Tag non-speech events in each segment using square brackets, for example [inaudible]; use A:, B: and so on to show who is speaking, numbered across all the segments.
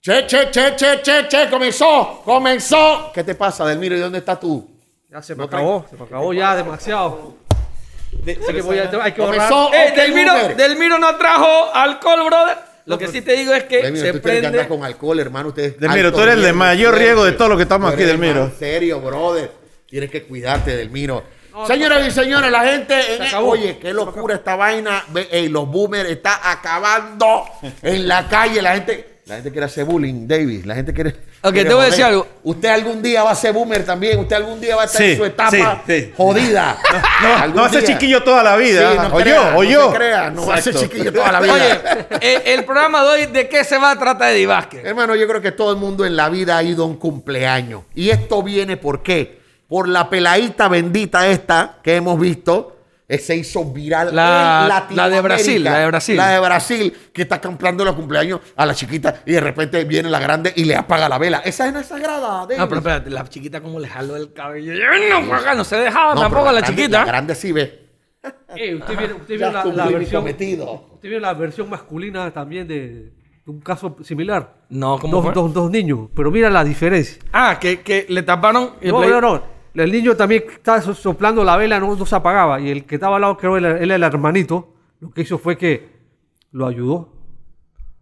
A: Che, che, che, che, che, che, comenzó, comenzó. ¿Qué te pasa, Delmiro? ¿Y dónde estás tú?
B: Ya se me acabó, se me acabó ya demasiado. De- así que voy a- hay que
A: Comenzó,
B: borrar. Eh,
A: ok,
B: Delmiro,
A: boomer.
B: Delmiro no trajo alcohol, brother. Lo que sí te digo es que
A: Delmiro,
B: se
A: tú tienes que andar
B: prende.
A: con alcohol, hermano. Ustedes
C: Delmiro,
A: alto
C: tú eres el de
A: riesgo,
C: mayor
A: fuerte.
C: riesgo de todos los que estamos
A: Tú
C: aquí,
A: eres el
C: Delmiro.
A: más serio, brother. Tienes que cuidarte, Delmiro. Señoras y señores, la gente. en-
B: acabó.
A: oye, qué locura esta vaina. Ve- ey, los boomers está acabando en la calle. La gente. La gente quiere hacer bullying, Davis. La gente quiere.
B: Ok,
A: quiere
B: te voy a decir
A: joder.
B: algo.
A: Usted algún día va a ser boomer también. Usted algún día va a estar
C: Sí,
A: en su etapa
C: sí, sí.
A: jodida.
C: No,
A: Algún
C: no va a ser
A: día.
C: chiquillo toda la vida.
A: Sí, no
C: o
A: crea,
C: yo, o yo.
A: No se crea, no va a ser
C: Exacto.
B: [laughs]
A: chiquillo toda la vida.
B: Oye, eh, el programa de hoy, ¿de qué se va a tratar Eddie Vázquez?
A: Hermano, yo creo que todo el mundo en la vida ha ido a un cumpleaños. Y esto viene por qué? Por la peladita bendita esta que hemos visto. eh, Se hizo viral.
B: La-
A: en
B: la de
A: Latinoamérica.
B: Brasil, la de Brasil.
A: La de Brasil, que está comprando los cumpleaños a la chiquita y de repente viene la grande y le apaga la vela. Esa es una sagrada. David.
B: No, Ah, pero espérate, la chiquita como le jaló el cabello. Yo No, juega, no se dejaba
A: No,
B: tampoco
A: pero
B: a la
A: grande-
B: chiquita.
A: La grande sí ve.
D: Ey, Eh, usted vio, usted vio
A: Ya
D: la, la
A: cumplí mi
D: versión,
A: cometido.
D: usted vio la versión masculina también de, de un caso similar.
B: No, ¿cómo
D: dos,
B: fue?
D: dos- dos niños, pero mira la diferencia.
B: Ah, que, que le taparon. el
D: No,
B: play-
D: no, no. El niño también estaba so- soplando la vela, no, no se apagaba. Y el que estaba al lado, creo él era el hermanito, lo que hizo fue que lo ayudó.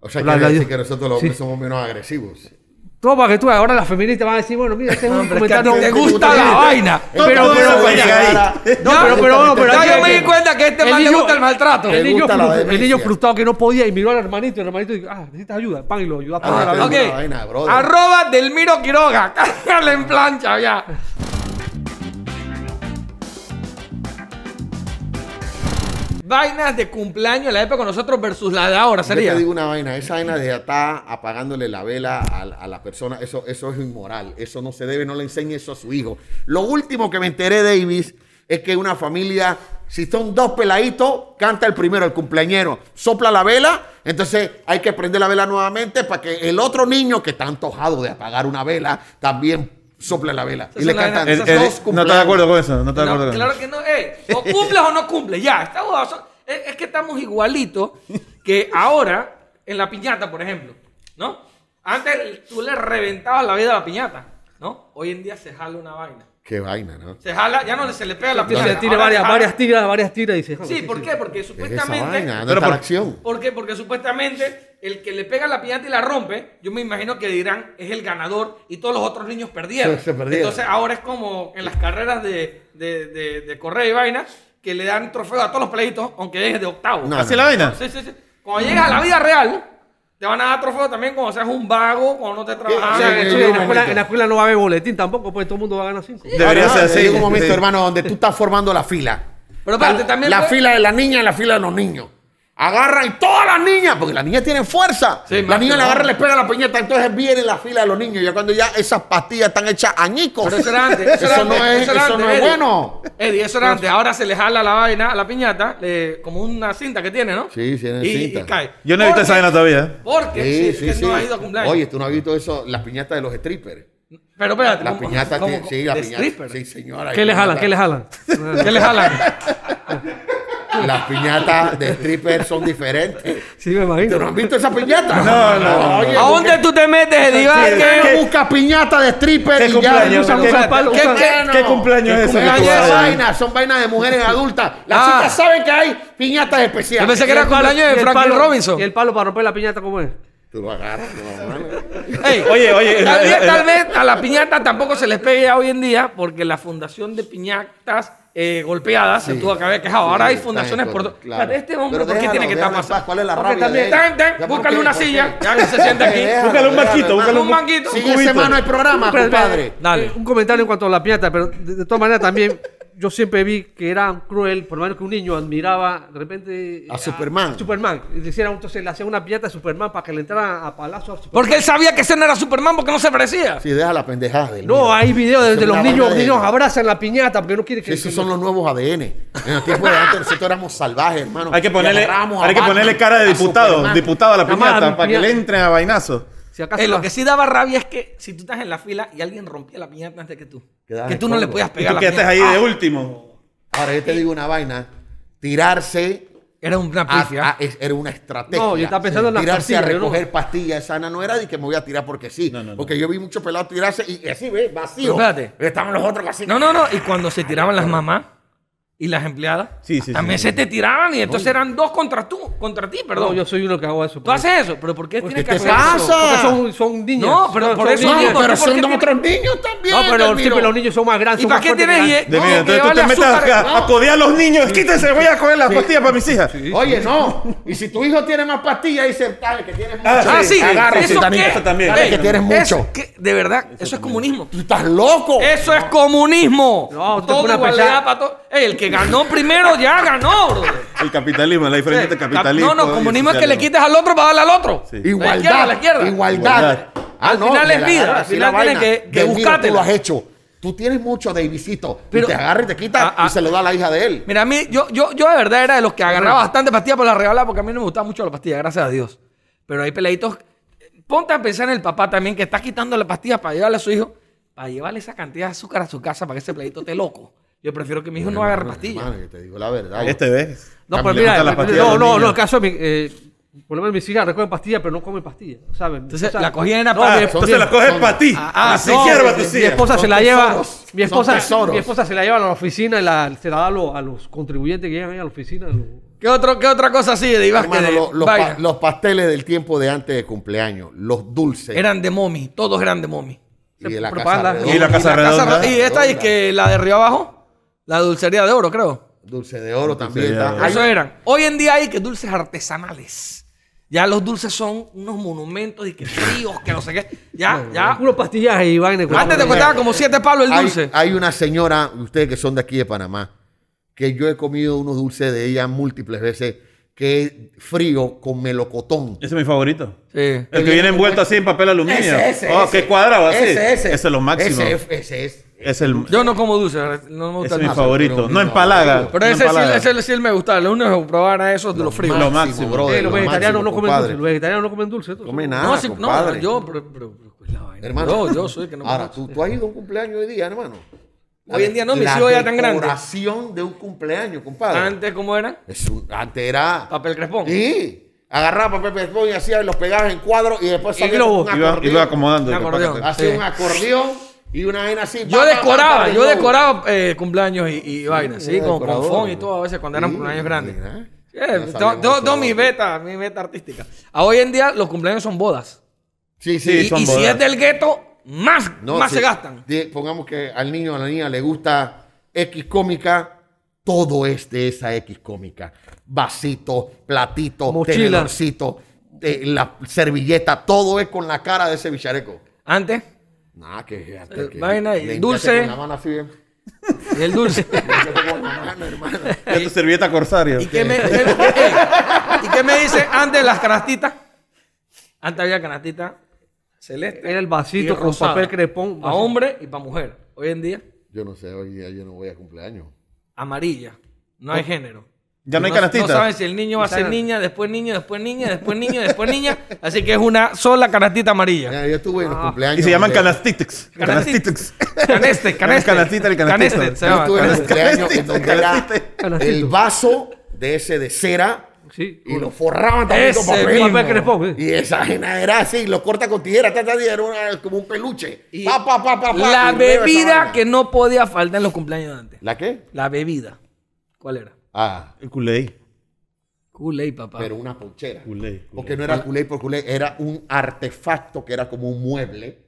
A: O sea,
D: La-
A: quiere
D: la-
A: decir que nosotros los
D: sí.
A: hombres somos menos agresivos.
D: Todo para que tú, ahora las feministas van a decir, bueno, mira, este es un
B: Hombre, es que a ti
D: comentario...
B: te gusta la vaina.
C: Todo
D: Pero,
C: eso
D: pero,
C: para llegar ahí.
D: No, pero, pero, no, pero
B: Ya
D: hay
B: yo
D: que-
B: me di cuenta que a este
D: el
B: man le
D: niño-
B: gusta el maltrato.
A: Le
D: El niño,
A: gusta la
D: frustru- el
A: demencia.
D: niño frustrado que no podía y miró al hermanito. El hermanito dijo, ah, necesitas ayuda. Pan, y lo ayudó a
A: Ah,
D: pagar
A: te
D: la vela.
A: gusta
B: Ok.
A: la vaina, brother.
B: Arroba Delmiro Quiroga. [laughs] Cárgale en plancha ya. Vainas de cumpleaños de la época con nosotros versus la de ahora
A: Yo
B: sería.
A: te digo una vaina, esa vaina de estar apagándole la vela a, a la persona, eso, eso es inmoral, eso no se debe, no le enseñe eso a su hijo. Lo último que me enteré, Davis, es que una familia, si son dos peladitos, canta el primero, el cumpleañero, sopla la vela, entonces hay que prender la vela nuevamente para que el otro niño que está antojado de apagar una vela también sople la vela.
B: Esa
A: Y
B: es
A: le
B: la vaina.
A: cantan
C: El-
A: dos
C: el- no estás
A: cumpleaños.
C: de acuerdo con eso. No estás de
B: No,
C: acuerdo con
B: claro
C: eso.
B: que no. eh, o cumples o no cumples. Ya, esta huevada son- es, es que estamos igualitos que ahora en la piñata, por ejemplo. ¿No? Antes tú le reventabas la vida a la piñata. ¿No? Hoy en día se jala una vaina.
A: Qué vaina, ¿no?
B: Se jala, ya no se le pega la
D: Y
B: piñata.
D: le tira
B: ahora
D: varias,
B: se jala.
D: varias tiras, varias tiras y se
B: Sí, ¿por qué?
A: ¿Qué
B: Porque
A: es esa vaina? ¿Dónde
B: supuestamente.
A: está
C: por-
A: la acción?
B: Porque, porque supuestamente el que le pega la piñata y la rompe, yo me imagino que dirán es el ganador y todos los otros niños perdieron.
A: Se- se perdieron.
B: Entonces ahora es como en las carreras de, de, de, de correr y vaina, que le dan trofeo a todos los peleitos, aunque es de octavo.
A: No,
C: ¿Así la vaina?
B: Sí, sí, sí. Cuando llegas a la vida real, te van a dar trofeo también cuando seas un vago, cuando no te
D: O
B: trabajas.
D: sea,
A: Sí,
D: en,
A: sí, sí,
D: la escuela,
A: un
D: en la
A: momento.
D: escuela no va a haber boletín tampoco, pues todo el mundo va a ganar cinco.
C: Debería
A: No, no,
C: ser así.
A: Llega un momento,
C: Sí.
A: hermano, donde tú estás formando la fila.
B: Pero espérate, también
A: La
B: puede-
A: fila de la niña y la fila de los niños. Agarra y todas las niñas, porque las niñas tienen fuerza.
B: Sí,
A: la
B: más
A: niña
B: que
A: le
B: nada.
A: agarra y le pega la piñeta, entonces viene la fila de los niños. Ya cuando ya esas pastillas están hechas añicos.
B: Pero eso era antes. Eso,
A: Oh.
B: era
A: [laughs] Eso
B: antes,
A: no es- eso
B: era antes,
A: no es
B: Eddie.
A: bueno.
B: Eddie, eso era antes. Ahora se le jala la vaina a la piñata, le- como una cinta que tiene, ¿no?
A: Sí, tiene
B: y,
A: cinta.
B: Y cae.
C: Yo no he visto
B: Porque-
C: esa vaina todavía.
B: Porque
A: Sí,
B: si
A: sí,
B: es que
A: sí.
B: no ha ido a cumpleaños.
A: Oye, tú no has visto eso, las piñatas de los strippers.
B: pero espérate.
A: Las
B: ¿cómo-
A: piñatas,
B: cómo-
A: tienen- sí, las
B: de
A: piñatas.
B: stripper?
A: Sí, señora.
D: ¿Qué le jalan? ¿Qué
B: [laughs]
D: le jalan?
B: ¿Qué le jalan?
A: Las piñatas de strippers son
B: [laughs]
A: diferentes.
D: Sí, me
A: ¿Tú no
D: imagino.
A: has visto esa piñata?
C: No, no.
A: Oye,
B: ¿A dónde tú te metes, Eddie Vázquez?
A: ¿Qué busca piñata de
C: ¿Qué
A: stripper y ya?
C: cumpleaños?
A: usa-
C: ¿Qué-
A: usa
C: qué-
A: palo,
B: qué-
A: usa-
B: qué-
A: Bueno.
C: ¿Qué cumpleaños es ese? que
A: Cumpleaños
C: tú
A: es
C: vas a-
A: vaina, son vainas de mujeres adultas. Las
B: Ah.
A: chicas saben que hay piñatas especiales.
B: Yo pensé que
D: ¿Y
B: era
D: el palo-
B: cumpleaños de
D: y el
B: Franklin
D: palo-
B: Robinson.
D: ¿Y el palo para romper la piñata cómo es?
A: Tú lo agarras, tú lo agarras.
B: Ey,
C: Oye, oye,
B: Tal
C: eh,
B: vez,
C: eh,
B: tal vez a la piñata tampoco se les pegue ya hoy en día porque la fundación de piñatas eh, golpeadas se tuvo que haber quejado. Ahora hay
A: Sí,
B: fundaciones
A: está
B: por...
A: bien,
B: todo-
A: claro.
B: Espérate, Este hombre,
A: Pero
B: ¿por qué
A: déjalo,
B: tiene que estar
A: déjalo en paz,
B: pasando?
A: ¿Cuál es la
D: Porque
A: rabia? de
D: también-
A: él?
B: Tan, tan,
A: Ya, ¿por
B: búscale
A: qué?
B: una
A: ¿Por qué?
B: silla, ya que se sienta aquí.
A: Déjalo,
C: Búscale un
A: déjalo,
C: banquito,
A: hermano.
C: búscale
B: un banquito.
A: Sin
C: Un
A: ese
C: cubito.
A: mano hay programa,
D: Espera, espera,
A: compadre.
B: Dale.
D: eh, Un comentario en cuanto a la piñata, pero de, de todas maneras también yo siempre vi que era cruel, por lo menos que un niño admiraba de repente
A: A Superman.
D: Superman. Y le hicieran- entonces le hacían una piñata a Superman para que le entraran a palazo a Superman.
B: Porque él sabía que ese no era Superman porque no se parecía.
A: Sí, deja la pendejada. del mío.
D: No, hay videos de,
A: Es
D: de los
A: una
D: niños,
A: vaina de-
D: niños abrazan la piñata porque no quieren que...
A: Esos son los nuevos ADN. En el tiempo de antes nosotros éramos salvajes, hermano.
C: Hay que ponerle,
A: Y agarrábamos a
C: hay que
A: Batman,
C: ponerle cara de
A: a
C: diputado,
A: Superman.
C: diputado a la
D: La madre,
C: piñata, para que
D: piñata.
C: le entren a vainazo.
D: Si acaso
B: Eh, lo
D: la-
B: que sí daba rabia es que si tú estás en la fila y alguien rompía la piñata antes que tú,
A: Quedabas
B: que
A: en
B: tú no le
A: polvo.
B: podías
C: Y
A: Ah.
B: pegar
C: tú
B: la Ah,
C: que
B: piñata.
C: estás ahí de último.
A: Ahora yo te digo una vaina. Tirarse
B: Era una
A: Ah,
B: pifia.
A: ah, es- era una estrategia.
D: No, yo estaba pensando en las
A: Tirarse a
D: pastillas, yo no-
A: recoger pastillas sana no era de que me voy a tirar porque sí.
C: no, no.
A: Porque yo vi mucho pelado tirarse y, y así, ve, vacío.
B: Pero espérate.
A: Estaban los otros así.
B: No, no, no. Y cuando se tiraban las mamás y las empleadas,
C: Sí, sí,
B: también
C: sí,
B: se
C: sí.
B: te tiraban y entonces eran dos contra tú, contra ti, perdón.
D: No, yo soy uno que hago eso.
B: Tú haces eso, pero ¿por qué tienes que
A: te
B: hacer
A: pasa?
B: eso?
D: Porque este son, son niños.
B: No, pero
D: Son-
B: por
D: son
B: eso
A: No,
B: niños,
A: pero
B: ¿por qué
A: son
B: tiene-
A: otros niños también.
D: No, pero
A: Delmiro.
D: siempre los niños son más grandes.
B: ¿Y
D: son
B: para
D: más
B: qué
D: fuertes
B: tienes
D: que
B: die-
D: grandes.
C: De
B: No,
C: mira,
B: que
C: entonces tú
B: vale
C: te metes
B: azúcar,
C: a, a
B: no.
C: codear a los niños. Quítense, voy a coger las pastillas para mis hijas.
A: Oye, no. Y si tu hijo tiene más pastillas, dice, dale, que tienes mucho.
B: Ah,
C: Sí,
B: sí,
C: agarra,
B: ¿eso
C: sí, también,
B: qué?
C: eso también.
A: Dale,
B: Ey,
A: que tienes
B: es
A: mucho.
B: que- de verdad, eso, es comunismo.
A: ¡Tú estás loco!
B: Eso es comunismo.
D: No, tú te
B: Todo
D: pones a
B: igualdad
D: pensar-
B: para todo. Ey, el que ganó primero ya ganó, bro.
C: El capitalismo, la diferencia entre capitalismo.
B: No, no,
C: y
B: comunismo es que le
C: socialismo.
B: quites al otro para darle al otro.
C: Sí.
A: Igualdad,
B: La izquierda, la izquierda.
A: igualdad.
B: Al final
A: que
B: es
A: la
B: vida,
A: agarra
B: al
A: así la
B: final tiene
A: vaina.
B: que- que
A: Delmiro, Tú lo
B: buscártela.
A: has hecho. Tú tienes mucho de Ibisito. Y
B: Pero-
A: te agarra y te quita
B: Ah, ah.
A: y se lo da a la hija de él.
B: Mira, a mí, yo, yo, yo de verdad era de los que agarraba bastante pastillas por la regalada porque a mí no me gustaba mucho la pastilla, gracias a Dios. Pero hay peleitos. Ponte a pensar en el papá también que está quitando la pastilla para llevarle a su hijo, para llevarle esa cantidad de azúcar a su casa para que ese pleito esté loco. Yo prefiero que mi hijo no agarre pastillas.
A: Hermano, yo te digo la verdad.
C: Este ves.
D: No,
C: También
D: pues
C: le
D: mira,
C: gustan las pastillas a
D: no,
C: los
D: no, no,
C: niños.
D: el caso de mi, eh, por lo menos mis hijas recogen pastillas, pero no comen pastillas, ¿sabes?
B: Entonces,
D: O sea,
B: la cogían era
D: no,
B: para-
D: mi esp-
C: Entonces
A: son-
C: las coges
A: son-
C: para ti.
B: Ah, ah,
C: Así
B: no,
C: hierba
B: mi-
C: tus
D: mi
C: hijas.
D: esposa
A: son
D: se la lleva,
A: tesoros,
D: mi
A: son
D: esposa,
A: tesoros.
D: mi esposa se la lleva a la oficina y la, se la da a los, a los contribuyentes que llegan ahí a la oficina. a los-
B: ¿Qué, otro, ¿Qué otra cosa así de Ibas
A: Hermano,
B: que de
A: lo- los,
B: vaina?
A: pa- los pasteles del tiempo de antes de cumpleaños, los dulces
B: Eran de momi, todos eran de momi.
A: y de la
D: propaganda.
A: casa
D: Y
A: redonda,
C: Y la casa redonda.
B: Casa- y esta y que la de Río Abajo, la dulcería de oro, creo.
A: dulce de oro también.
C: de
A: está-
C: oro.
A: Hay-
B: Eso eran. Hoy en día hay que dulces artesanales. Ya los dulces son unos monumentos y que fríos, que no sé qué. Ya, ya.
D: Unos pastillajes y van
B: Antes te costaba como siete palos el
A: hay-
B: dulce.
A: Hay, una señora, ustedes que son de aquí de Panamá, que yo he comido unos dulces de ella múltiples veces, que es frío con melocotón.
C: Ese es mi favorito.
B: Sí.
C: El que viene envuelto así en papel aluminio.
A: Ese, ese,
C: Oh,
A: ese.
C: qué cuadrado así.
A: Ese, ese.
C: Ese es lo máximo.
A: Ese,
C: Ese
A: ese, ese es.
C: es el.
B: Yo no como dulces, no me gusta
C: Ese es
B: el
C: mi
A: más, pero
B: dulce.
C: favorito.
A: no,
C: No empalaga.
B: Pero
C: no
B: ese sí,
C: empalaga.
B: ese sí me gustaba. Lo único que probaban a esos de los fríos.
C: Lo máximo.
A: brother,
D: los
A: lo máximo,
D: vegetarianos no comen
A: compadre.
D: dulce, los vegetarianos no comen dulce. entonces,
A: Come
D: no.
A: nada.
B: No, sí, no,
A: compadre.
B: yo, pero, pero, pero, pues, la vaina.
A: Hermano.
B: Yo, yo soy el que no me
A: Ahora,
B: gusta.
A: ¿tú, tú has ido a un cumpleaños hoy día, hermano.
B: Hoy en día no, mis
A: La
B: hijos ya tan grandes.
A: decoración de un cumpleaños, compadre.
B: Antes, ¿cómo eran?
A: Es un- antes era.
B: Papel crespón.
A: Sí. Agarraba papel crespón y hacía, los pegabas en cuadros y después
D: Y
A: salía
D: globo.
A: con un
C: Iba,
A: acordeón.
C: iba acomodando.
B: Un acordeón.
A: Hacía
B: Sí.
A: un acordeón y una vaina así.
B: Yo
A: pa, pa, pa, pa,
B: decoraba,
A: de
B: yo
A: globo.
B: decoraba eh, cumpleaños y, y vainas, sí,
A: era
B: como con
A: decorador,
B: fon y
A: ¿no?
B: todo a veces cuando eran
A: Sí,
B: cumpleaños grandes. Eh,
A: mira.
B: Sí,
A: Ya
B: to-
A: sabíamos
B: to-
A: eso.
B: to mi beta, mi beta artística. A hoy en día los cumpleaños son bodas.
A: Sí,
B: Y,
A: sí.
C: son
B: y si
C: bodas.
B: es del gueto, más,
A: No,
B: más
A: sí.
B: se gastan.
A: De- pongamos que al niño o a la niña le gusta X cómica, todo es de esa X cómica. Vasito, platito,
D: Mochila.
A: tenedorcito, eh, la servilleta, todo es con la cara de ese bichareco.
B: Antes,
A: Nah, que, que-
B: Eh,
A: que-
B: vaina y
A: limpiate
B: dulce.
A: con la mano así [laughs] bien.
B: y el dulce.
A: Limpiate con la mano, hermano.
C: Ya tu servilleta corsario.
B: ¿Y qué me, qué- eh, ¿y qué me dicen antes las canastitas? Antes había canastita celeste.
D: Era el vasito
B: y
D: con
B: rosada.
D: papel crepón.
B: A hombre y para mujer. Hoy en día,
A: Yo no sé, hoy día yo no voy a cumpleaños.
B: amarilla. No hay género.
C: Ya no hay
B: No saben
C: canastita.
B: si el niño va a ser
D: Exacto.
B: niña, después niño, después niña, después niño, después niña. Así que es una sola canastita amarilla.
A: Mira, yo estuve
B: Ah.
A: en los cumpleaños.
C: Y se llaman
A: de-
C: canastitics. Canastitics.
B: Caneste, caneste.
C: Canastita, el canastito.
B: Caneste, se
C: Yo
B: llama.
A: Yo estuve en los
B: caneste.
A: cumpleaños en donde era
D: Canastito.
A: el vaso de ese de cera
D: Sí.
A: y lo forraban también con
B: Ese
A: papel.
B: mismo.
D: Papel crepón. eh.
A: Y esa vaina era así, lo corta con tijera, ta, ta, ta, era una- como un peluche.
B: Y
A: Pa, pa, pa, pa, pa,
B: La
A: y bebe esa
B: bebida
A: vaina.
B: que no podía faltar en los cumpleaños de antes.
A: ¿La qué?
B: La bebida. ¿Cuál era?
A: Ah,
C: El culé.
B: Kool-Aid, papá.
A: pero una ponchera.
C: Culé.
A: Porque no era culé por culé, era un artefacto que era como un mueble,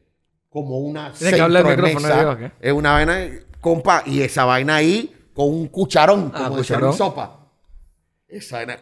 A: como una
B: Tiene que hablar el
A: centro de
B: micrófono,
A: mesa.
B: Diego, ¿qué?
A: Es una vaina, compa, y esa vaina ahí con un cucharón,
B: Ah,
A: como
B: cucharón.
A: de servir sopa. Esa vaina,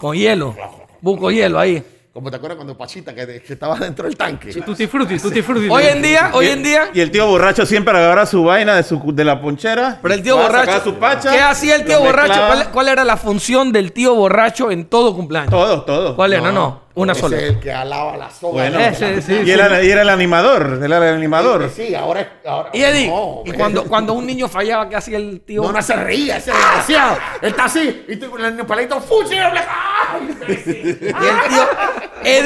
B: Con hielo. Busco hielo ahí.
A: como te acuerdas cuando Pachita, que, que estaba dentro del tanque.
D: Tutti frutti, tutti frutti.
B: Hoy en día, hoy en día.
C: Y el tío borracho siempre agarra su vaina de, su, de la ponchera.
B: Pero el tío
C: Va a sacar
B: borracho.
C: su pacha,
B: ¿Qué hacía el tío
C: lo
B: borracho?
C: mezclaba.
B: ¿Cuál, cuál era la función del tío borracho en todo cumpleaños?
C: Todo, todo.
B: ¿Cuál era? No, no. Una
A: Ese
B: sola.
A: es el que alaba la sopa.
C: Bueno.
A: La-
D: Ese, sí,
C: y,
D: sí.
C: era, y era el animador. Él era el animador.
A: Sí, ahora es. Ahora,
B: Y Eddie,
A: no,
B: y
A: ve.
B: cuando, Ah. cuando un niño fallaba, ¿qué hacía el tío?
A: No, no se ría, ese desgraciado. Él está así. Y tú con el palito fuchi. ¡Ay! [laughs]
B: Y el tío,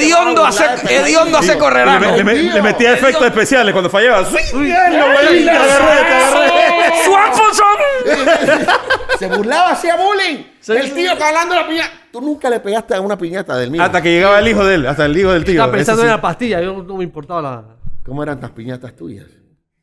B: hediondo hace, hediondo hace correr
C: Le, le- le- le metía efectos especiales cuando fallaba. ¡Sí!
D: Uy.
C: ¡Bien, lo bueno! ¡Te agarré, te agarré!
B: ¡Swanson!
A: Se burlaba, hacía bullying. el tío está hablando de la piñata. Tú nunca le pegaste a una piñata del mío.
C: Hasta que llegaba el hijo de él, hasta el hijo del tío.
D: Estaba pensando
C: ese
D: en
C: sí.
D: la pastilla, yo no, no me importaba la.
A: ¿Cómo eran las piñatas tuyas?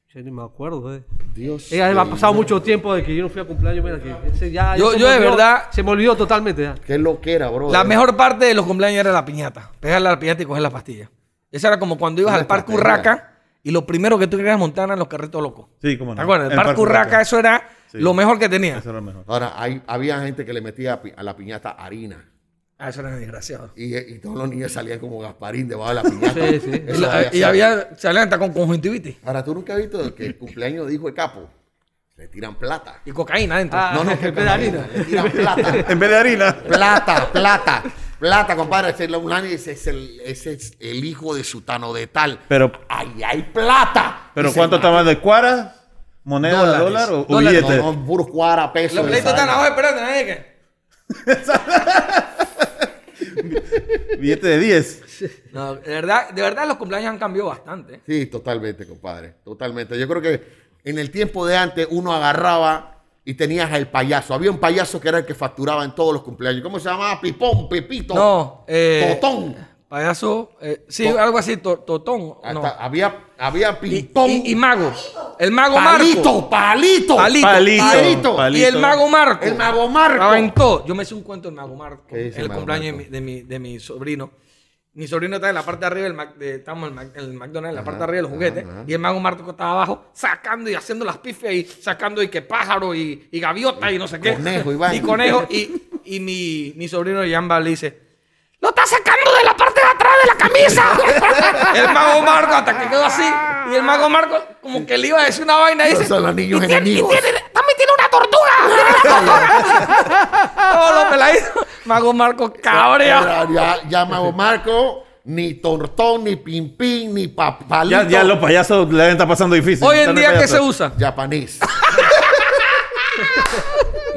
D: Yo ni me acuerdo, eh.
A: Dios.
D: Ella
A: del-
D: ha pasado mucho tiempo de que yo no fui a cumpleaños. Mira, que ese ya,
B: Yo-
D: se me
B: yo de
D: olvidó,
B: verdad-
D: Se me olvidó totalmente. Ya.
A: Qué loquera, bro.
B: La mejor parte de los cumpleaños era la piñata. Pegarle a la piñata y coger la pastilla. Esa era como cuando ibas
A: Una
B: al Parque
A: estrategia.
B: Urraca y lo primero que tú querías montar eran los carritos locos.
C: Sí, cómo no.
B: ¿Te acuerdas? El,
C: El
B: Parque,
C: Parque
B: Urraca,
C: Urraca.
B: eso era
C: Sí.
B: lo mejor que tenía.
C: Ese era el mejor.
A: Ahora, hay, había gente que le metía a, pi- a la piñata harina.
B: Ah, eso era desgraciado.
A: Y, y todos los niños salían como Gasparín debajo de la piñata.
D: Sí, sí.
A: Eso
B: Y, la- y
A: sido.
B: había, se hasta con conjuntivitis
A: Ahora, ¿tú nunca has visto que el cumpleaños dijo el capo? Le tiran plata.
B: y cocaína adentro.
D: Ah,
A: [laughs] No, no, que
D: qué pedarina.
A: Le
B: [laughs]
A: tiran plata.
C: En vez de harina.
A: Plata, plata, plata, compadre. Ese es la- un año, ese es el, ese es el hijo de Sutano de tal.
C: Pero-
A: ahí hay plata.
C: ¿Pero
A: Dice,
C: cuánto está más de cuara? ¿Moneda,
B: Dólares.
C: dólar o, o
B: Dólares.
C: billete?
A: No, no, puros cuara, pesos.
B: los pleitos
A: esa
B: están
A: vaina.
B: abajo esperando, nadie que.
C: Billete de 10.
B: No, de verdad, de verdad los cumpleaños han cambiado bastante.
A: Sí, totalmente, compadre. Totalmente. Yo creo que en el tiempo de antes uno agarraba y tenías el payaso. Había un payaso que era el que facturaba en todos los cumpleaños. ¿Cómo se llamaba? Pipón, Pepito.
B: No, eh,
A: Oh. Totón.
B: Payaso, eh, sí,
A: To-
B: algo así, to- totón.
A: Hasta
B: No.
A: Había, había
B: Y,
A: Pintón.
B: y- y mago. El mago Marco.
A: palito, palito,
B: Palito.
C: Palito.
A: Palito.
B: Y el mago Marco.
A: El mago Marco.
B: Estaba en todo. Yo me hice un cuento del mago Marco.
A: ¿Qué dice
B: el
A: el Mago
B: cumpleaños
A: Marco?
B: de mi, de, mi, de mi sobrino. Mi sobrino estaba en la parte de arriba del Mac- de- estábamos en el Mac- en el McDonald's, en la parte de arriba de los juguetes. Y el mago Marco estaba abajo sacando y haciendo las pifias y sacando y que pájaro y, y gaviota y no sé qué.
A: conejo, Iván.
B: Y conejo. Y, y mi, mi sobrino Yamba le dice. ¡Lo está sacando de la parte de atrás de la camisa! [laughs] el mago Marco hasta que quedó así. Y el mago Marco como que le iba a decir una vaina y dice...
A: son los niños
B: "Y tiene- y
A: enemigos".
B: tiene- también tiene
A: [laughs]
B: una tortuga. Tiene una tortuga. Todos los peladitos. Mago Marco cabrea.
A: Era- Ya, ya mago Marco, ni Tortón, ni Pimpín, ni pa- Palito.
C: Ya, ya los payasos le están pasando difícil.
B: Hoy en
C: Están de
B: día, ¿qué
C: payaso.
B: se usa?
A: Japanés.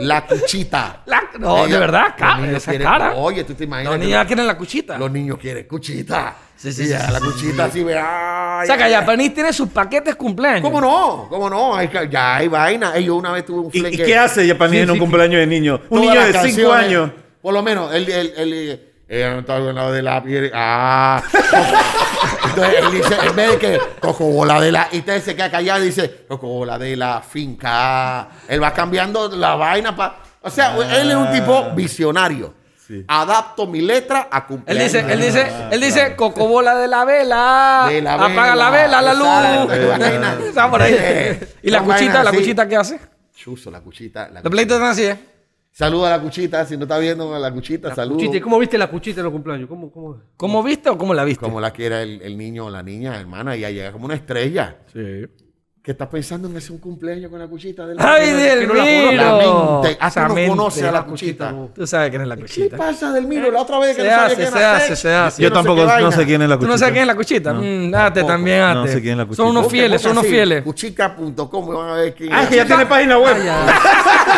A: La cuchita.
B: La- no,
A: Ella-
B: de verdad,
A: los
B: cara,
A: niños
B: esa
A: quieren-
B: cara.
A: Oye, tú te imaginas.
B: Los
A: que
B: niños quieren la cuchita.
A: los niños quieren cuchita.
B: Sí, sí,
A: Y
B: sí,
A: ya
B: sí,
A: la
B: sí,
A: cuchita así, ve. ay,
B: Saca, pues.
A: ay, ay.
B: Japanese tiene sus paquetes cumpleaños.
A: ¿Cómo no? ¿Cómo no? Hay ca- Ya hay vaina. Ey, Yo una vez tuve un
C: ¿Y, y
A: fleque-
C: qué hace Japanese
D: Sí,
C: en un
D: sí,
C: cumpleaños de niño? Un
A: Todas
C: niño
A: las
C: de 5
A: canciones,
C: años.
A: Por lo menos, él, él, él, él- ella no está hablando de la piel. Ah. [laughs] Entonces él dice, en vez de que cocobola de la. Y usted se queda callado y dice, cocobola de la finca. Él va cambiando la vaina para. O sea, él es un tipo visionario.
C: Sí.
A: Adapto mi letra a
B: Él
A: cumplir.
B: dice, él dice, él dice, cocobola de la vela.
A: De la
B: apaga la
A: vela,
B: vela, la luz. [laughs]
A: exacto.
B: Está por ahí.
A: Sí.
B: Y la
A: Son vainas
B: cuchita, la
A: así.
B: cuchita, ¿qué hace?
A: Chuzo, la cuchita. La
B: Los pleitos están así, ¿eh?
A: Saluda a la cuchita. Si no está viendo a la cuchita, saludo.
D: Cuchita, ¿y ¿Cómo viste la cuchita en los cumpleaños? ¿Cómo, cómo?
B: ¿Cómo viste o cómo la viste?
A: Como la quiera el, el niño o la niña, hermana, ella llega como una estrella.
B: Sí.
A: que está pensando en hacer un cumpleaños con la cuchita del
B: ¡Ay, del
D: no la conozco.
B: miro!
A: La mente. Hasta
B: Esa
A: Ah, no
B: mente.
A: conoce a la
D: La cuchita,
A: cuchita.
D: no.
B: Tú sabes quién es la
A: ¿Qué
B: cuchita.
A: pasa del miro? La otra vez que
B: Se
A: no sabía
B: hace,
A: quién
B: se
A: era
B: hace,
A: Sex.
B: se hace.
A: Yo no
C: Yo
A: sé
C: tampoco
A: qué
C: no
A: vaina.
C: sé quién es la
B: ¿Tú
C: cuchita.
B: no sabes quién es la cuchita?
C: No.
B: Mm, date
A: Tampoco.
B: también, date.
C: No sé quién es la cuchita.
B: Son unos
A: Busca,
B: fieles, son
A: busca
B: unos
A: así,
B: fieles.
A: Cuchica.com, van a ver quién
C: Ah,
A: es.
C: es que ya tiene página web.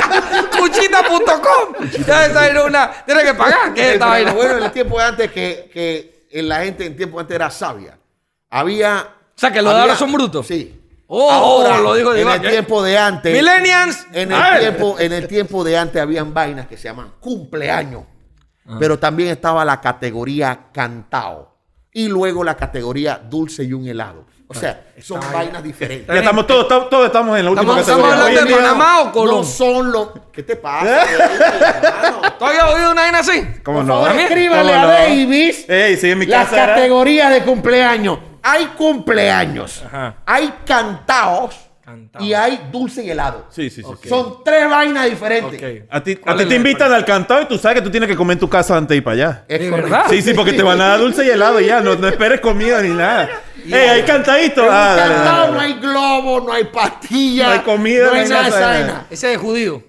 A: [laughs]
B: Cuchita.com. Ya esa era una. Tienes que pagar. ¿Qué es
A: Pero
B: esta
A: lo
B: vaina?
A: Bueno, en el tiempo de antes que, que en la gente en tiempo antes era sabia. Había.
B: O sea, que los de
A: había-
B: ahora son brutos.
A: Sí.
B: Oh, lo dijo
A: en
B: Iván,
A: el
B: ¿qué?
A: tiempo de antes.
B: Millennials.
A: En
B: A
C: Ah.
A: el,
B: ver.
A: tiempo, en el tiempo de antes habían vainas que se llaman cumpleaños.
C: Ah.
A: Pero también estaba la categoría cantao. Y luego la categoría dulce y un helado. O
C: Ah,
A: sea, son vainas diferentes.
C: Ya estamos todos, estamos- todos estamos en la última
B: Estamos- estamos
C: categoría.
B: hablando
C: Hoy en
B: de
C: día-
B: Panamá. o
A: No
B: Colón?
A: son los. ¿Qué te pasa? hermano?
B: ¿Tú habías oído una vaina así?
C: ¿Eh? ¿Cómo
A: Por
C: no?
A: favor,
B: ¿A mí?
A: escríbale
C: ¿Cómo
A: a
C: no?
A: Davis
C: Ey, sí, en mi
A: las
C: casa era-
A: categorías de cumpleaños. Hay cumpleaños,
B: Ajá.
A: hay cantaos
B: Cantaos.
A: y hay dulce y helado.
C: Sí, sí, sí, sí.
A: Son tres vainas diferentes.
B: Ok.
C: A ti, a
B: ¿Cuál
C: ti
B: es la
C: te invitan al cantado y tú sabes que tú tienes que comer en tu casa antes y
A: [laughs]
C: para allá.
A: Es
B: ¿De
A: correcto.
B: verdad?
C: Sí, sí, porque te van a dar dulce y helado ya. No, no esperes comida ni nada. ¡Ey, hay cantadito!
A: En un
C: Ah, dale, dale,
A: cantao
C: dale.
A: no hay globo, no hay pastilla,
C: No hay comida,
A: no hay
C: no hay
A: nada de esa
C: nada.
A: vaina.
B: Ese es judío.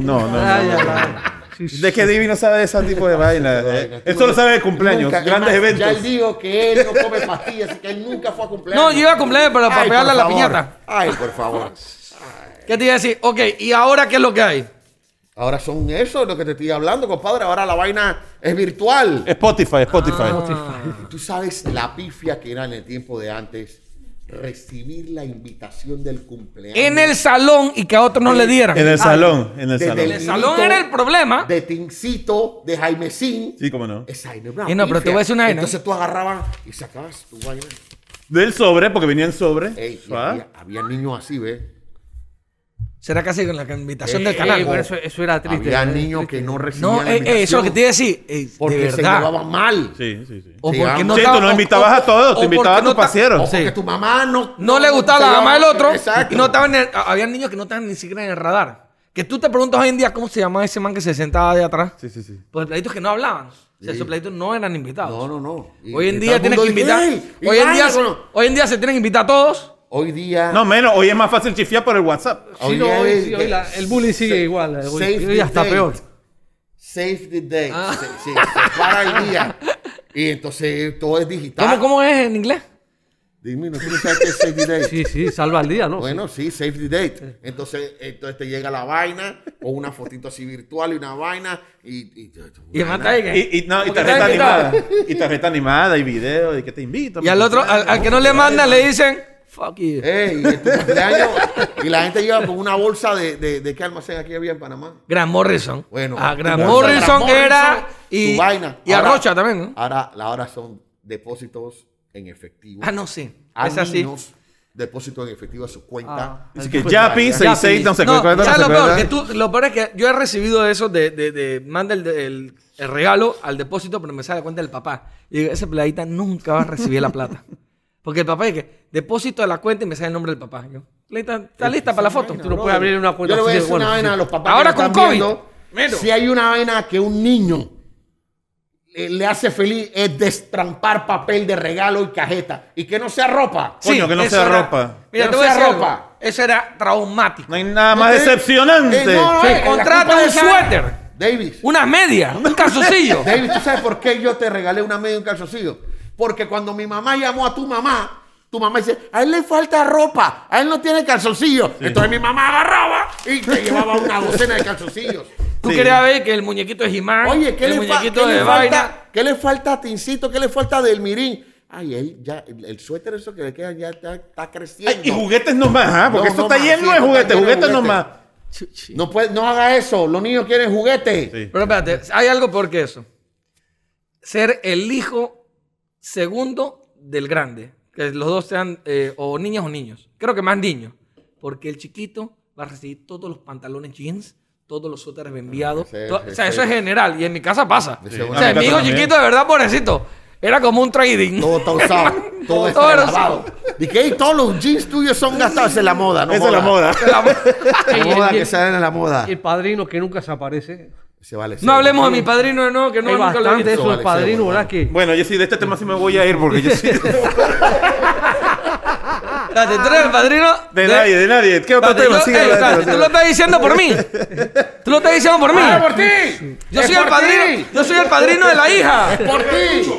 C: No, no, no.
D: Ay,
C: no.
D: ay, ay. Sí, sí.
C: ¿De qué divino sabe de ese tipo de vaina? eh? Esto lo sabe de cumpleaños,
A: Nunca, es
C: grandes
A: más, Ya
C: eventos.
A: él dijo que él no come pastillas, así que él nunca fue a cumpleaños.
B: No, yo iba a cumpleaños, pero para
A: Ay,
B: pegarle a
A: por
B: la
A: favor.
B: piñata.
A: Ay, por favor.
B: ¿Qué te iba a decir? Ok, ¿y ahora qué es lo que hay?
A: Ahora son eso lo que te estoy hablando, compadre. Ahora la vaina es virtual. Ah,
C: Spotify, Spotify.
A: Tú sabes la pifia que era en el tiempo de antes recibir la invitación del cumpleaños.
B: En el salón y que a otro no
A: Eh,
B: le dieran.
C: En el salón, en el
A: Desde
C: salón.
B: el salón era el problema.
A: De Tincito, de Jaimecín.
C: Sí, cómo no.
A: Esa vaina era
B: Y no, pero te
A: pifia.
B: voy a decir una vaina.
A: Entonces tú agarrabas y sacabas tu vaina.
C: Del sobre, porque venían sobre.
A: Ey, y
C: ¿Ah?
A: había, había niños así, ¿ves?
B: Será casi con la invitación del
A: Eh,
B: canal.
A: eh,
D: bueno, eso- eso era triste,
A: Había
D: era
A: niños
D: triste.
A: que no recibían
B: no,
A: la
B: eh, eh, eso es lo que
A: invitación
B: te iba a decir. eh,
A: Porque
B: de
A: se
B: verdad.
A: llevaban mal.
C: Sí, sí, sí.
B: O
A: Sí,
B: porque
A: ah.
B: no
C: Sí,
B: estaba-
C: tú no
B: o-
C: invitabas
B: o-
C: a todos,
B: o
C: te invitabas
B: porque
C: a
B: no
C: tus
B: ta-
C: paseros.
A: O porque
D: Sí.
A: tu mamá no...
B: No le gustaba
A: te
B: la mamá del
A: llevaba-
B: otro.
A: Exacto.
B: Y no estaban en el- a- había niños que no estaban ni siquiera en el radar. Que tú te preguntas hoy en día cómo se llamaba ese man que se sentaba de atrás.
C: Sí, sí, sí.
B: Pues platitos que no hablaban. O sea,
A: Sí.
B: esos platitos no eran invitados.
A: No, no, no. Y-
B: Hoy
A: y
B: en
A: todo
B: día
A: el
B: tienes que
A: mundo dice,
B: invitar.
A: "Ey, y
B: Hoy en,
A: vaina
B: día, se-
A: con los-".
B: hoy en día se tienen que invitar a todos.
A: Hoy día...
C: No, menos, hoy es más fácil chifiar por el WhatsApp.
A: hoy
D: Sí, no,
A: día
D: hoy-
A: es
D: sí,
A: que-
D: hoy la- el bullying sigue
A: sa-
D: igual. eh, hoy-
A: safety
D: hoy hasta
A: date.
D: peor.
A: Save the day.
B: Ah.
A: Se, se- se para el día. Y entonces todo es digital.
B: ¿Cómo, ¿Cómo es en inglés?
A: Dime, ¿no tú no sabes qué es save the day?
D: Sí, sí, salva el día, ¿no?
A: [laughs] Bueno, sí, save the date. Entonces, entonces te llega la vaina, o una fotito así virtual y una vaina, y... Y,
B: Y además está ahí que-
C: Y, y, no, y
B: Como que
C: tarjeta
B: está invitado.
C: animada. Y tarjeta animada y video y que te invito.
B: Y al otro, al, al que no le manda, le dicen, fuck you.
A: Ey, y, en tu cumpleaños, y la gente llega con una bolsa de, de, de qué almacén aquí había en Panamá.
B: Grant Morrison.
A: Bueno,
B: Ah, Grant
A: tu bolsa,
B: Morrison
A: Grant
B: era.
A: Morrison,
B: Y,
A: tu vaina.
B: y
A: Ahora-
B: Arrocha también, ¿no?
A: Ahora, ahora son depósitos en efectivo.
B: Ah, no, sí.
A: A
B: Es así.
A: niños, depósito en efectivo a su cuenta.
C: Dice que Yapi,
D: Yapi.
C: 66, no sé
B: No,
C: cuánto, no
B: ¿sabes lo
C: sé
B: peor?
C: cuánto.
B: Que tú- lo peor es que yo he recibido de esos de, de, de- manda el, el- el regalo al depósito, pero me sale la cuenta del papá. Y digo, ese peladita nunca va a recibir la plata. Porque el papá dice, depósito de la cuenta y me sale el nombre del papá. Yo, "Peladita, ¿está lista para la foto?
D: tú no puedes abrir una cuenta
A: Yo le voy a
D: así de
A: decir una
D: bueno,
A: vaina
D: sí.
A: a los papás.
B: Ahora
A: que nos
B: con
A: están
B: COVID. Menos.
A: si hay una vaina que un niño le, le hace feliz es destrampar papel de regalo y cajeta. Y que no sea ropa.
C: Coño, que no
B: eso
C: sea
B: era-
C: ropa.
B: Mira,
A: Que
B: te
A: no
B: voy a
A: sea
B: decir algo.
A: ropa.
B: Eso era traumático.
C: No hay nada más
A: Eh,
C: decepcionante.
A: eh, no,
B: Sí,
A: eh, la
B: contrata
A: culpa
B: un
A: de esa-
B: suéter.
A: Davis.
B: Unas medias, un calzoncillo.
A: [laughs] David, ¿tú sabes por qué yo te regalé una media y un calzoncillo? Porque cuando mi mamá llamó a tu mamá, tu mamá dice, a él le falta ropa, a él no tiene calzoncillo. Entonces mi mamá agarraba y te llevaba una docena de calzoncillos.
B: Tú
C: Sí.
B: querías ver que el muñequito de Jimán,
A: Oye, ¿qué,
B: el
A: le, fa-
B: muñequito
A: qué le
B: de vaina.
A: falta, ¿qué le falta a Tincito? ¿Qué le falta del mirín? Ay, él ya, el, el suéter eso que le queda ya está, está creciendo.
C: Ay, y juguetes nomás, ¿ah? Porque
A: No,
C: esto
A: no más,
C: está
A: sí,
C: lleno de
A: esto está
C: juguetes,
A: lleno de
C: juguetes
A: juguetes.
C: nomás.
B: Chuchi.
A: No, puede, no haga eso, los niños quieren juguetes.
C: Sí.
B: Pero espérate, hay algo peor que eso. Ser el hijo segundo del grande. Que los dos sean eh, o niñas o niños. Creo que más niños. Porque el chiquito va a recibir todos los pantalones jeans, todos los suéteres enviados.
A: Sí,
B: to-
A: sí,
B: o sea,
A: sí.
B: eso es general. Y en mi casa pasa.
A: Sí.
B: O sea,
C: Ah, mi
B: mi hijo
C: casa también.
B: chiquito, de verdad, pobrecito, era como un trading.
A: Todo está usado, todo
B: [laughs] Todo
A: está
B: era
A: lavado. Y que "Ey, todos los jeans tuyos son gastados, esa es la moda, ¿no?
C: Esa es la moda.
A: La
D: Y el-
A: moda
D: y
A: que
D: el-
A: salen en la moda.
D: El padrino que nunca se aparece.
A: Se vale. se
B: No
A: vale.
B: hablemos de mi padrino de nuevo, que no,
D: Hay
B: nunca lo he
D: bastante
B: visto.
D: eso
A: Vale,
D: del
A: sí,
D: padrino,
A: bueno.
D: ¿verdad? Que
C: [laughs] Bueno, yo sí, de este tema sí me voy a ir porque yo [laughs] sí.
B: Espérate, tú eres el padrino
C: De nadie, de nadie. ¿Qué otro
B: Espérate,
C: tema?
B: yo-
C: Sigue
B: ey,
C: hablando,
B: eh, espérate, tú lo
C: sigue
B: estás diciendo por mí. Tú lo estás diciendo por mí.
A: ¡Ah, por ti!
B: Yo
A: ¡Es
B: soy el
A: por
B: padrino.
A: ti!
B: Yo soy el padrino de la hija.
A: ¡Por ti!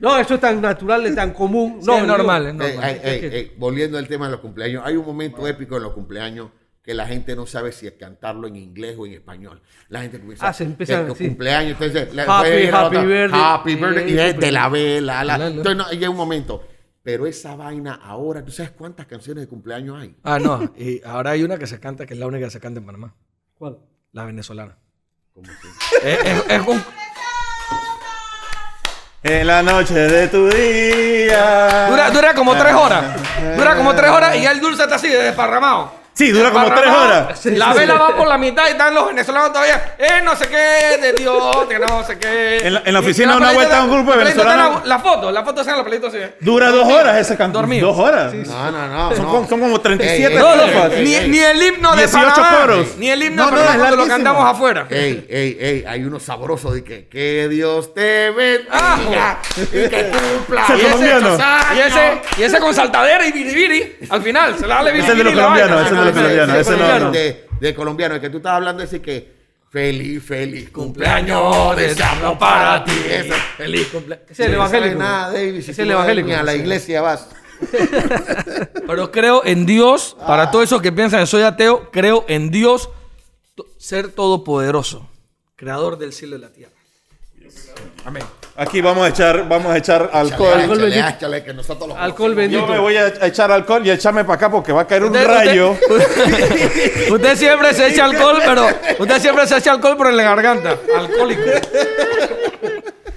D: No, eso es tan natural, es tan común.
B: Sí,
D: No,
B: es
D: yo-
B: normal, es
A: Ey,
B: normal.
A: ey, ey, ey, eh, volviendo al tema de los cumpleaños, hay un momento épico en los cumpleaños que la gente no sabe si es cantarlo en inglés o en español. La gente comienza
D: Ah, se empiezan,
A: que- que
D: sí.
A: cumpleaños, entonces la-
D: Happy,
A: viene la
D: happy
A: otra,
D: birthday.
A: happy birthday, y
D: Sí,
A: es de la vela, la-
B: La- la-
A: entonces no, llega un momento. Pero esa vaina ahora, ¿tú sabes cuántas canciones de cumpleaños hay?
B: Ah, no. Y ahora hay una que se canta, que es la única que se canta en Panamá.
D: ¿Cuál?
B: La venezolana. Es, es- es un-
C: En la noche de tu día.
B: dura, dura como tres horas. Dura como tres horas y ya el dulce está así, desparramado.
C: Sí, dura como tres
B: Desparramado,
C: horas.
B: La vela va por la mitad y están los venezolanos todavía. Eh, no sé qué, de Dios, que no sé qué.
C: En la- en la
B: Y- y
C: oficina una
B: paleta-
C: vuelta un grupo de
B: la paleta está en
C: venezolanos.
B: La, la foto, la foto está en la paleta así.
C: Dura dos horas esa canción.
B: Dormido.
C: Dos horas.
A: No, no, no.
C: Son
A: no.
C: como- son como 37
A: Ey,
B: No, no,
A: ey,
C: estrofas.
A: ey,
B: ni,
A: ey,
B: ni el himno de
C: 18
B: Panamá,
C: coros.
B: ni el himno de
C: No, no,
B: Panamá
C: es
B: cuando lo
C: larguísimo.
B: cantamos afuera.
A: Ey, ey, ey, hay uno sabroso de que, que Dios te
D: Ah,
A: bendiga y que cumpla.
C: Se
B: Y ese,
C: colombiano.
B: y ese, y ese con saltadera y biribiri, al final, se la da
C: Ese es de los colombianos, ese es de los colombianos, ese no, no.
A: De, de colombiano, el que tú estabas hablando ese que feliz, feliz
B: Cumpleaños,
A: cumpleaños,
B: deseamos
A: deseamos
B: para ti.
A: Ese.
B: Feliz cumpleaños.
D: Es
A: No
D: el
A: sabes
D: evangélico.
A: nada, David, si
D: es
A: tú
D: el
A: no vas
D: evangélico.
A: ni a la iglesia vas.
B: Pero creo en Dios, para todos esos que piensan que soy ateo, creo en Dios to- ser todopoderoso, creador del cielo y la tierra. Amén.
C: Aquí vamos a echar, vamos a echar alcohol.
D: alcohol
A: Échale,
D: bendito.
A: échale, que nosotros los
D: Alcohol
A: conocemos.
C: Yo
D: bendito.
C: me voy a a echar alcohol y echarme para acá porque va a caer un
B: Usted-
C: rayo.
B: Usted, [laughs] usted siempre se echa alcohol, pero. Usted siempre se echa alcohol, pero en la garganta. Alcohólico.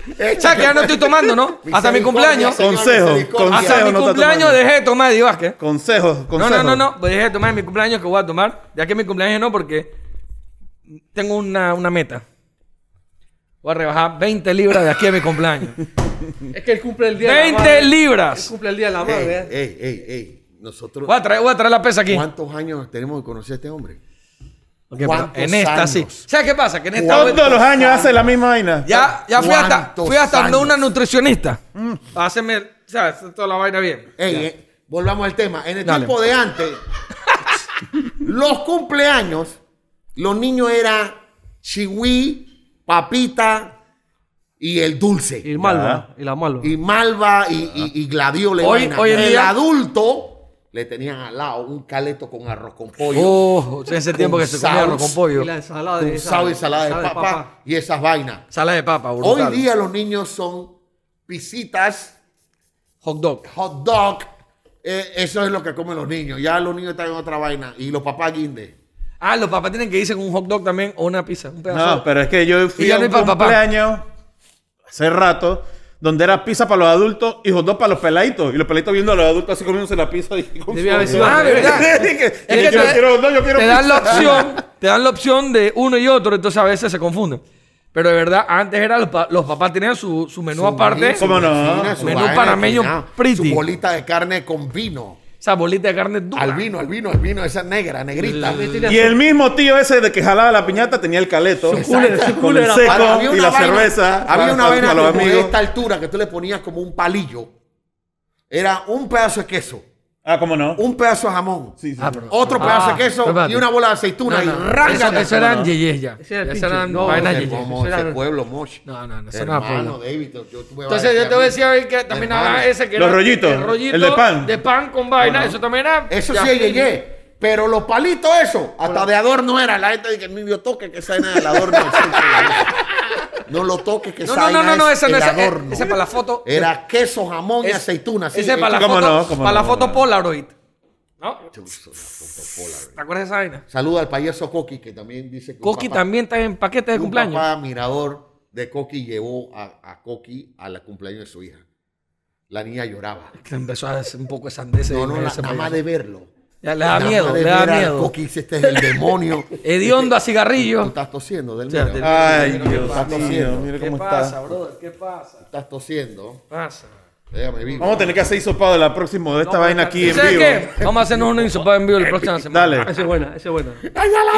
B: O sea, que ya no estoy tomando, ¿no? Hasta mi cumpleaños.
A: señor,
C: Consejo,
A: misericordia.
C: consejo.
B: Hasta mi
C: no está
B: cumpleaños
C: tomando.
B: dejé de tomar Eddie Vázquez.
C: Consejos,
B: No,
C: consejos.
B: no, no, no. Pues dejé de tomar en mi cumpleaños que voy a tomar. Ya que mi cumpleaños no, porque tengo una, una meta. Voy a rebajar 20 libras de aquí a mi cumpleaños.
D: Es que él cumple el día de la
B: 20
D: madre. Él
B: libras.
D: cumple el día de la
A: Ey,
D: madre. ¿eh?
A: ey, ey, ey. Nosotros,
B: Voy a traer, voy a traer la pesa aquí.
A: ¿cuántos años tenemos de conocer a este hombre?
B: Ok, pero en esta
A: años?
B: sí. ¿Sabes qué pasa? Que en esta
A: ¿Cuántos
C: Todos los años hace la misma vaina.
B: Ya, ya fui hasta,
A: ¿Cuántos
B: fui hasta donde
A: años?
B: una nutricionista. Mm, Para hacerme, ¿sabes? Hacer toda la vaina bien.
A: Ey, eh, volvamos al tema. En el
B: Dale.
A: tiempo de antes, los cumpleaños, los niños eran chihui, papita y el dulce.
D: Y el malva. Y la malva.
A: y malva y, y, y gladiola y
B: Hoy-
A: vaina.
B: hoy en
A: el
B: día-
A: adulto le tenían al lado un caleto con arroz con pollo
B: Oh, en ese tiempo que se comía
A: saus.
B: arroz con
D: Y
B: pollo.
D: la ensalada
A: con
D: de
A: sal y salada de
D: ensalada
A: papa, y esas vainas
B: Sala de papa,
A: hoy
B: brutal.
A: día los niños son pisitas
B: Hot dog.
A: hot dog eh, eso es lo que comen los niños ya los niños están en otra vaina y los papás guinde
B: Ah, los papás tienen que irse con un hot dog también o una pizza. Un pedazo.
C: No, pero es que yo
B: Y
C: fui
B: ya
C: a
B: no
C: un
B: hay pa' papá.
C: cumpleaños hace rato donde era pizza para los adultos y hot dog para los peladitos. Y los peladitos viendo a los adultos así comiéndose la pizza. Y con
D: Debía
C: su-
D: haber sido
B: Ah,
D: al revés.
B: ¿verdad?
C: Y [laughs] que- y
B: Es
C: que
B: que
C: yo
B: te-
C: quiero hot dog, yo quiero
B: te dan
C: pizza.
B: la opción, te dan la opción de uno y otro, entonces a veces se confunden. Pero de verdad, antes era los, pa- los papás tenían su, su menú aparte,
A: Su
C: ¿Cómo no?
A: medicina, su
B: Menú
A: vaina,
B: panameño
A: su nada,
B: pretty.
A: su bolita de carne con vino
B: esa bolita de carne dura.
A: al vino al vino al vino esa negra negrita
C: Y el mismo tío ese de que jalaba la piñata tenía el caleto.
D: cooler, su
C: Con
D: cooler
C: el
D: era
C: seco
A: Ahora, había
C: y
A: una
C: la
A: vaina-
C: cerveza.
A: Había
C: para-
A: una
C: para-
A: vaina
C: para los
A: como de
C: amigos.
A: esta altura que tú le ponías como un palillo. Era un pedazo de queso,
C: Ah, ¿cómo no?
A: un pedazo de jamón,
C: Sí, sí.
B: Uh, Ah, pero-
A: otro
B: Ah,
A: pedazo de queso
B: espérate.
A: y una bola de aceituna
B: No, no,
A: y rángate.
B: eso- Eso eran yeyes ya.
D: Ese era el
B: Eso
D: pinche.
B: eran
D: No,
B: vainas
D: ese
A: Ese
B: yeyes.
A: pomo,
D: Eso era-
A: ese pueblo, moche.
B: No, no, no, eso no era
A: Hermano,
B: pueblo.
A: David, yo- yo te voy a
B: Entonces yo te voy a decir ahorita que también
A: Hermano.
B: había ese que
C: Los
B: era
C: rollitos,
B: el rollito
C: el de pan.
B: de pan con vaina, eso también era.
A: Eso
B: ya.
A: sí es yeye. Pero los palitos, eso, hasta de adorno era. La gente dice que niño toque, que esa vaina del adorno. existe, la cosa. No lo toques, que
B: No,
A: esa
B: no, no,
A: vaina
B: no, no,
A: es
B: ese no eh,
A: el
B: ese-
A: adorno. Eh,
B: Ese para la foto.
A: Era queso, jamón y
B: Es-
A: aceituna. sí,
B: Ese para la
A: hecho-
C: ¿Cómo
B: foto,
C: no? ¿Cómo
B: para la
C: no?
B: foto Polaroid. ¿No?
A: Chuzo, la foto Polaroid.
B: ¿Te acuerdas de esa vaina?
A: Saluda al payaso Coqui, que también dice que. un
B: Coqui
A: papá-
B: también está en paquete de
A: un
B: cumpleaños.
A: papá admirador de Coqui llevó a, a Coqui a la cumpleaños de su hija. La niña lloraba.
B: Se empezó a hacer un poco de sandez.
A: No, no,
B: en
A: la,
B: ese
A: nada
B: país.
A: más de verlo.
B: Ya le da
A: Nada
B: miedo,
A: más de
B: le da
A: ver al
B: miedo.
A: Coqui dice: Este es el
B: [laughs]
A: demonio.
B: Hediondo a
A: Tú
B: cigarrillo.
A: estás tosiendo, del Ah,
B: sea,
A: mira.
B: del-
C: Ay,
B: Mira, mira,
A: mira,
C: Dios
A: mira.
C: mío, mira cómo está.
B: brother? ¿Qué pasa?
A: Estás tosiendo.
B: Pasa.
A: Déjame vivo.
C: Vamos a tener que hacer hisopado de la próxima de esta vaina aquí en
B: ¿Sabes
C: vivo.
B: qué? Vamos a hacernos un insopado en vivo la próxima semana.
C: Dale.
D: Esa es buena, esa es buena.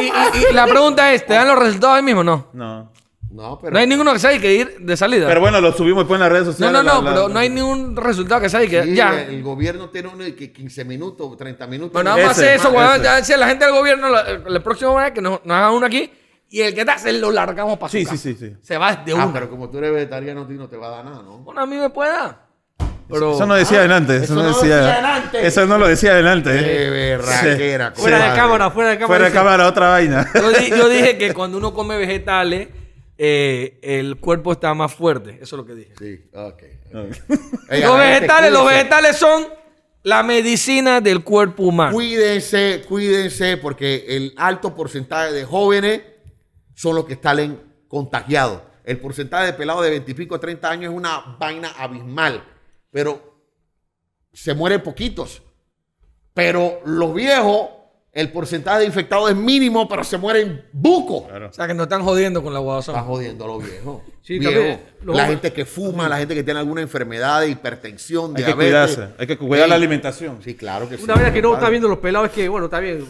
B: Y, y- y la pregunta es, ¿te dan los resultados ahí mismo o no?
C: No.
A: No, pero.
B: No hay ninguno que sea y que ir de salida.
C: Pero bueno, lo subimos después en las redes
B: no,
C: sociales.
B: no, no,
C: la- la-
B: pero no hay ningún resultado que sea y que
A: Sí,
B: ya.
A: El gobierno tiene uno de que 15 minutos, 30 minutos.
B: Bueno, vamos a
C: Ese,
B: hacer eso, weón.
C: ese.
B: Ya si a la gente del gobierno, la, la próxima vez que nos, nos hagan uno aquí, y el que está, se lo largamos para su
C: Sí,
B: casa.
C: sí, sí, sí.
B: Se va de
A: Ah,
B: uno.
A: pero como tú eres vegetariano, a ti no te va a dar nada, ¿no?
B: Bueno, a mí me puede dar. Pero...
C: Eso no decía adelante. Eso,
A: Ah, eso
C: no
A: no
C: decía,
A: decía adelante.
C: Eso no lo decía adelante. eh.
A: Qué berraquera,
C: Sí.
A: coño.
D: Fuera de
A: Madre.
D: cámara, fuera de cámara.
C: Fuera de
D: dice.
C: cámara,
A: [laughs]
C: otra vaina.
B: Yo, di- yo dije que cuando uno come vegetales, eh, el cuerpo está más fuerte. Eso es lo que dije.
A: Sí, ok.
B: los vegetales, los vegetales son la medicina del cuerpo humano.
A: Cuídense, cuídense, porque el alto porcentaje de jóvenes son los que salen contagiados. El porcentaje de pelados de 20 y pico a 30 años es una vaina abismal. Pero se mueren poquitos. Pero los viejos, el porcentaje de infectados es mínimo, pero se mueren buco.
B: O sea, que nos están jodiendo con la
A: Está
B: guadazón.
A: jodiendo a los viejos.
D: Sí,
A: Viejo,
D: también, los
A: la
D: hombres.
A: gente que fuma, la gente que tiene alguna enfermedad, hipertensión,
C: Hay que
A: diabetes.
C: cuidarse. Hay que cuidar
A: Sí.
C: la alimentación.
A: Sí, claro que Pues sí.
D: Una vez que no
A: compadre.
D: está viendo los pelados es que, bueno, está bien.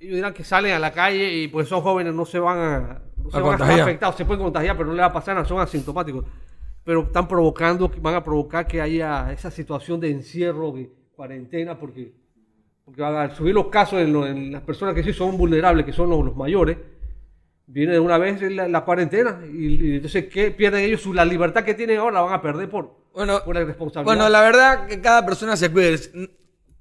D: Ellos dirán que salen a la calle y pues son jóvenes, no se van a, no se
B: A
D: van a estar
B: contagiar.
D: afectados. Se pueden contagiar, pero no les va a pasar nada, son asintomáticos. Pero están provocando, van a provocar que haya esa situación de encierro, de cuarentena, porque, porque van a subir los casos en, lo- en las personas que sí son vulnerables, que son los, los mayores. Viene de una vez la, la cuarentena y, y entonces, ¿qué pierden ellos? Su- la libertad que tienen ahora la van a perder por,
B: Bueno,
D: por la responsabilidad.
B: bueno, la verdad que cada persona se cuide.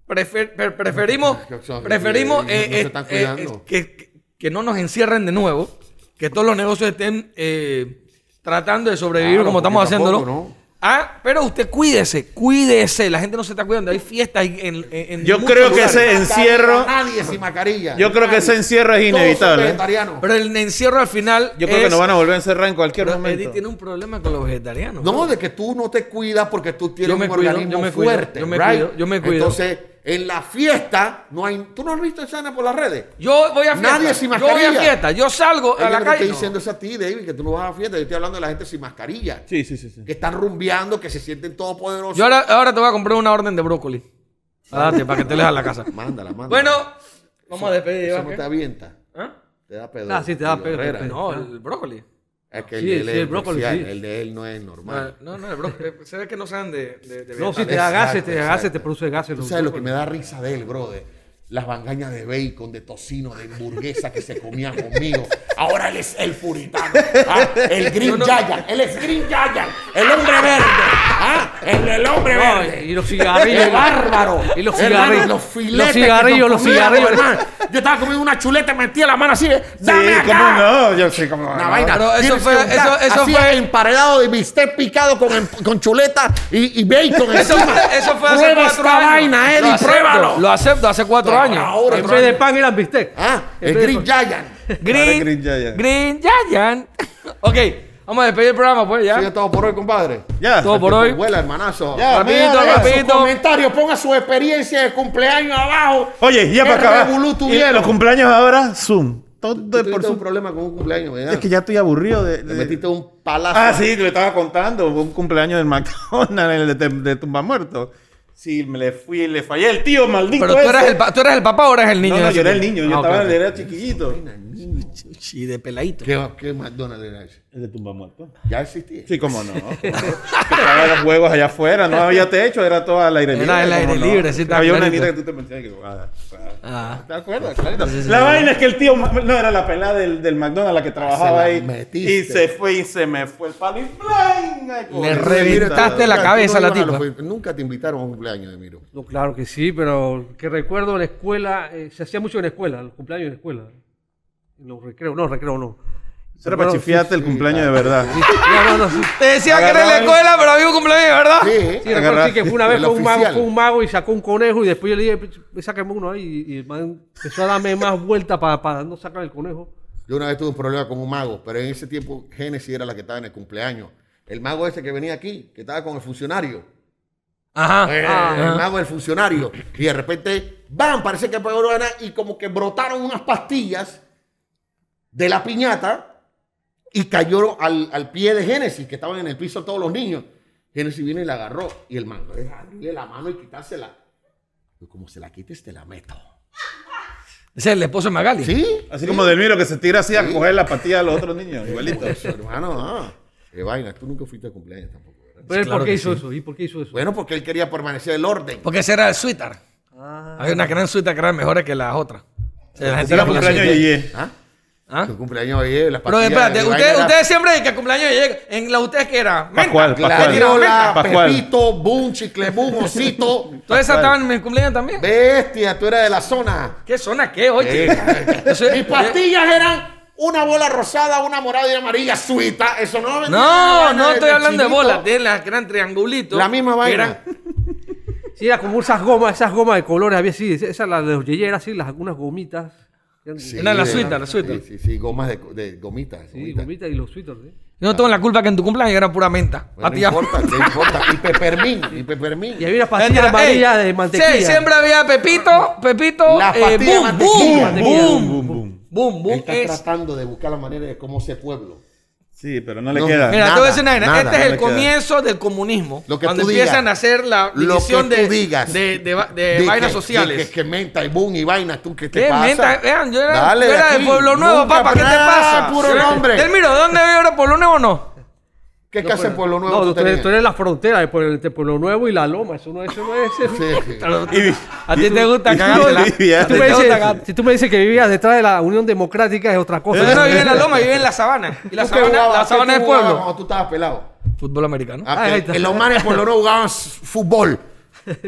B: Prefer- pre- preferimos preferimos
A: No
B: eh,
A: se
B: eh,
A: están
B: eh,
A: cuidando.
B: eh, que, que no nos encierren de nuevo, que todos los negocios estén eh, tratando de sobrevivir
A: Claro,
B: como
A: porque
B: estamos
A: tampoco,
B: haciéndolo.
A: ¿no?
B: Ah, pero usted cuídese, cuídese. La gente no se está cuidando. Hay fiestas en, en- en
C: Yo
B: muchos
C: creo que
B: lugares.
C: ese encierro-
A: Nadie sin mascarilla.
C: Yo creo que ese encierro es inevitable.
A: vegetariano.
B: Pero el encierro al final.
C: Yo creo que
B: es-
C: nos van a volver a encerrar en cualquier
B: Pero
C: momento.
B: Eddie tiene un problema con los vegetarianos.
A: No, de que tú no te cuidas porque tú tienes
B: Yo me
A: un
B: cuido,
A: organismo
B: yo me cuido,
A: fuerte.
B: yo me
A: right?
B: cuido, yo me cuido.
A: Entonces, en la fiesta, no hay. ¿Tú no has visto escena por las redes?
B: Yo voy a fiesta.
A: Nadie sin
B: Yo voy a
A: mascarilla.
B: fiesta. Yo salgo a
A: Yo no
B: la
A: te
B: calle.
A: estoy
B: no.
A: diciendo eso a ti, David, que tú no vas a la fiesta. Yo estoy hablando de la gente sin mascarilla.
C: Sí, sí, sí. sí.
A: Que están rumbeando, que se sienten todopoderosos.
B: Yo ahora, ahora te voy a comprar una orden de brócoli. Date, para que te leas a la casa.
A: Mándala, mándala.
B: Bueno, vamos a despedir.
A: eso
B: ¿va?
A: no
B: ¿Qué?
A: te avienta.
B: ¿Ah?
A: Te da pedo.
D: Ah, sí, te da
A: Digo,
D: pedo,
A: Herrera.
D: te da pedo.
B: No, el brócoli.
A: Es que el
D: Sí,
A: de él
D: sí,
A: es
D: el brócoli,
A: especial,
D: sí.
A: El de él no es
B: Ah,
A: normal.
B: No, no, el brócoli. Se ve que no saben de. de, de
D: No, si te
B: vegetales.
D: da gases,
A: Exacto,
D: te da gases,
A: exacto.
D: te produce gases.
A: ¿Tú
D: los
A: sabes lo que me
D: brócolis.
A: da risa de él, brother? Las bangañas de bacon, de tocino, de hamburguesa que se comían conmigo. Ahora él es el puritano. ¿ah? El
B: Yo
A: Green
B: no-
A: Giant. Él es Green Giant. El hombre verde. ¿ah? El, el hombre
D: No,
A: verde.
D: y los cigarrillos.
A: ¡Qué bárbaro!
D: Y los
A: Hermano,
D: cigarrillos.
A: los filetes.
D: Los
A: que
D: cigarrillos,
A: nos
D: los
A: comíamos,
D: cigarrillos.
A: hermano. Yo estaba comiendo una chuleta y metía la mano así. eh, ¡Dame
C: Sí,
A: acá!
C: ¿cómo no? Yo sí, cómo
A: Una
C: no.
A: vaina.
B: Pero eso
A: Tienes
B: fue-
A: que untar.
B: eso- eso
A: Así,
B: fue-
A: emparedado de bistec picado con, em- con chuleta y, y bacon
B: Eso
A: encima.
B: fue, eso fue hace
A: Prueba
B: cuatro
A: esta
B: años.
A: vaina, Eddie,
B: Lo acepto,
A: pruébalo.
B: Lo acepto, hace cuatro
A: Ahora,
B: años.
A: ahora,
D: En vez de pan eran bistec.
A: Ah, el
D: En vez de
A: Green
D: pan.
A: Giant.
B: Green,
C: Green Giant.
B: Green Giant. [laughs] ok, vamos a despedir el programa, pues ya.
A: Sigue todo por hoy, compadre.
C: Ya.
B: Todo por hoy.
A: Vuela, hermanazo.
C: Ya,
B: Rapidito,
C: mira,
A: Deja su
B: rapidito.
A: comentario, ponga su experiencia de cumpleaños abajo.
C: Oye, ya
A: ¿Qué
C: para acabar.
A: revolú
C: Y
A: tuvieron?
C: los cumpleaños ahora, Zoom. Todo
A: Tú
C: es por
A: tuviste un
C: Zoom.
A: problema con un cumpleaños, ¿verdad?
C: Es que ya estoy aburrido de.
A: Te
C: de-
A: metiste un palazo.
B: [laughs]
C: Ah, sí, le estaba contando. Hubo Un cumpleaños del McDonald's, el de, de Tumba Muerto. Sí, me le fui, le fallé el tío, maldito.
B: Pero tú eras,
C: ese.
B: el, pa- tú eras el papá o eras el niño.
C: No, no,
B: ese
C: yo era el
B: tiempo?
C: niño, yo
B: Ah, ok,
C: estaba,
B: ok.
C: era chiquillito.
B: Sí, de peladito.
A: ¿Qué, qué McDonald's era ese?
C: El de Tumba Muerto.
A: Ya existía.
C: Sí, cómo no. cómo no. que estaba los juegos allá afuera, no había techo, era todo al aire
B: Era
C: libre.
B: al
C: cómo
B: aire
C: no.
B: libre, sí, estaba
C: Había una
B: clarito.
C: niña que tú te metías y que. ah, ah.
B: Ah.
C: ¿Te acuerdas? Clarita.
B: Sí, sí, sí.
C: la vaina es que el tío, no era la pelada del, del McDonald's la que trabajaba
A: la
C: ahí.
A: metiste.
C: Y se fue y se me fue el palo y ¡plain! Ay,
B: Le
C: coño.
B: reventaste la
A: Tú no
B: cabeza a la
A: ibas
B: tipa.
A: los fue- Nunca te invitaron a un cumpleaños de Miro.
D: No, claro que sí, pero que recuerdo en la escuela, eh, se hacía mucho en la escuela, los cumpleaños en la escuela. En los recreos, no, recreo no.
C: Eso era para
D: Recuerdo-
C: chifiarte el cumpleaños de verdad.
D: No, no, no, sí.
B: Te decía que era en la
C: Agarraban-
B: escuela, pero había un cumpleaños, ¿verdad?
A: Sí.
D: Sí, recuerdo sí, que fue una vez
A: El
D: fue un, mago,
A: oficial.
D: fue un mago y sacó un conejo y después yo le dije, sácame uno ahí y el man empezó a darme más vueltas para no sacar el conejo.
A: Yo una vez tuve un problema con un mago, pero en ese tiempo Génesis era la que estaba en el cumpleaños. El mago ese que venía aquí, que estaba con el funcionario.
B: Ajá.
A: Eh,
B: ajá.
A: el mago del funcionario. Y de repente, ¡bam! Parece que pegó la gana y como que brotaron unas pastillas de la piñata y cayó al, al pie de Génesis, que estaban en el piso todos los niños. Génesis vino y la agarró. Y el mago, darle la mano y quitársela. Yo, como se la quites, te la meto.
B: Ese es el esposo de Magali.
A: ¿Sí?
C: Así como Delmiro que se tira así a coger la patilla de los otros niños, igualito.
A: Eso, hermano, ah. Qué vaina, tú nunca fuiste a cumpleaños tampoco, ¿verdad?
D: Pero él,
B: claro
D: ¿por qué
B: que
D: hizo
B: sí.
D: eso? ¿Y por qué hizo eso?
A: Bueno, porque él quería permanecer el orden.
B: Porque ese era el suitar.
D: Ah.
B: Había una gran suitar que era mejor que las otras. O sea, la gente
C: Ese era
B: iba por la
C: cumpleaños de
B: suite.
C: Yeye.
A: ¿Ah?
B: ¿Ah?
A: Tu cumpleaños oye, las
B: Pero
A: pastillas.
B: espérate,
A: de vaina
B: ustedes
A: era-
B: ustedes siempre dicen que el cumpleaños llega. En la ustedes que era. Menta.
C: Pascual,
A: Gladiola,
C: Pascual. Pascual.
A: Pepito, Boom, Chicle Boom, [laughs] Osito.
B: Todas esas estaban en mi cumpleaños también.
A: Bestia, tú eras de la zona.
B: ¿Qué zona qué, oye? Yo soy-
A: Mis pastillas eran una bola rosada, una morada y una amarilla suita. Eso no me-
B: No,
A: vaina
B: no estoy hablando de
A: chinito.
B: bolas, de las que eran triangulitos.
A: La misma
B: que
A: vaina.
B: eran-
D: Sí, era como esas gomas, esas gomas de colores, había así, esa la de los Yeye era así, las, algunas gomitas.
A: Sí,
B: Era la
A: de-
B: suita, la suita.
A: Sí, sí, sí, gomas de, de gomitas.
D: Sí,
A: gomitas.
D: gomitas y los sweaters, ¿eh?
B: Yo no tengo la culpa que en tu cumpleaños era pura menta.
A: Bueno, no
B: Pastillas-
A: importa, no importa. Y pepermín, y pepermín.
D: Y había
B: Mentira,
D: unas pastillas amarillas
B: ey,
D: de mantequilla.
B: Sí, siempre había Pepito, Pepito,
A: Las
B: eh,
A: pastillas de
B: boom,
A: mantequilla.
B: boom,
D: Mantequilla.
B: boom, boom,
C: Boom, boom.
B: boom,
A: Él está
B: es-
A: tratando de buscar la manera de cómo se pueblo.
C: Sí, pero no le
A: No,
C: queda.
B: Mira, te voy a decir una
A: Nada, nada,
B: vaina. Este es
C: no
B: el
C: le queda.
B: comienzo del comunismo.
A: Lo que
B: cuando
A: tú
B: empiezan
A: digas.
B: a hacer la
A: Lo que
B: división de,
A: tú digas.
B: de, de va- de
A: Di
B: vainas
A: que-
B: sociales.
A: di Que, que menta y boom y vaina, tú qué te
B: ¿Qué
A: pasa.
B: menta? Vean, yo era,
A: Dale
B: yo
A: de
B: era de
A: aquí.
B: Pueblo Nuevo,
A: Nunca
B: papá. ¿Qué te
A: nada,
B: pasa?
A: puro
B: Yo era-
A: nombre.
B: Del miro, ¿dónde veo era Pueblo Nuevo o no?
A: ¿Qué es que hace Pueblo Nuevo?
D: No,
A: tú
D: tú, eres-
A: tenías?
D: tú eres la frontera de Pueblo, entre Pueblo Nuevo y La Loma, eso no, eso no es...
A: Sí, sí.
B: [laughs]
C: Y-
B: A ti te gusta
C: y tú-
B: cagártela. A ti
C: y-
B: te
D: Si tú me
B: gusta
D: dices-
B: cagártela.
D: si tú me dices que vivías detrás de la Unión Democrática es otra cosa.
B: Pero yo no viví en la loma, viví en la sabana. Y la
A: ¿Tú qué
B: sabana,
A: jugabas?
B: la
A: ¿Qué
B: sabana
A: tú
B: es
A: jugabas
B: pueblo.
A: Cuando tú estabas pelado.
B: Fútbol americano.
A: Ah,
D: Ah, ahí
A: que-
D: está.
A: que los manes por lo no jugaban s-
B: [laughs]
A: fútbol,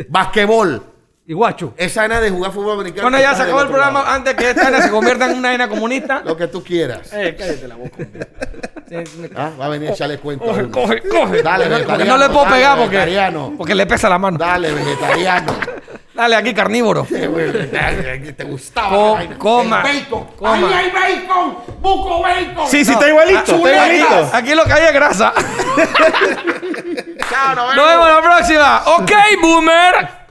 A: basquetbol.
D: Y guacho.
A: Esa era de jugar fútbol americano.
B: Bueno, ya
A: estás
B: se acabó
A: del
B: el
A: otro
B: programa
A: lado.
B: antes que esta vaina se convierta en una vaina comunista.
A: Lo que tú quieras.
B: Eh, cállate la boca. hombre.
A: Ah, Va a venir a echarle
B: [laughs]
A: cuento. a
B: Coge,
A: uno.
B: [laughs] coge, coge.
A: Dale,
B: Porque
A: vegetariano,
B: no le puedo
A: dale,
B: pegar porque,
A: vegetariano.
B: porque le pesa la mano. Dale,
A: Dale, vegetariano.
B: aquí, carnívoro.
A: Qué bueno, dale, Te gustaba. la
B: Co-
A: vaina.
B: coma,
A: El bacon.
B: coma.
A: Ahí hay bacon. Buco bacon.
C: Sí, sí, está igualito, está
A: Chuletas.
C: igualito.
B: Aquí lo que hay es grasa.
A: Chao, nos
B: Nos vemos la próxima. Ok, boomer.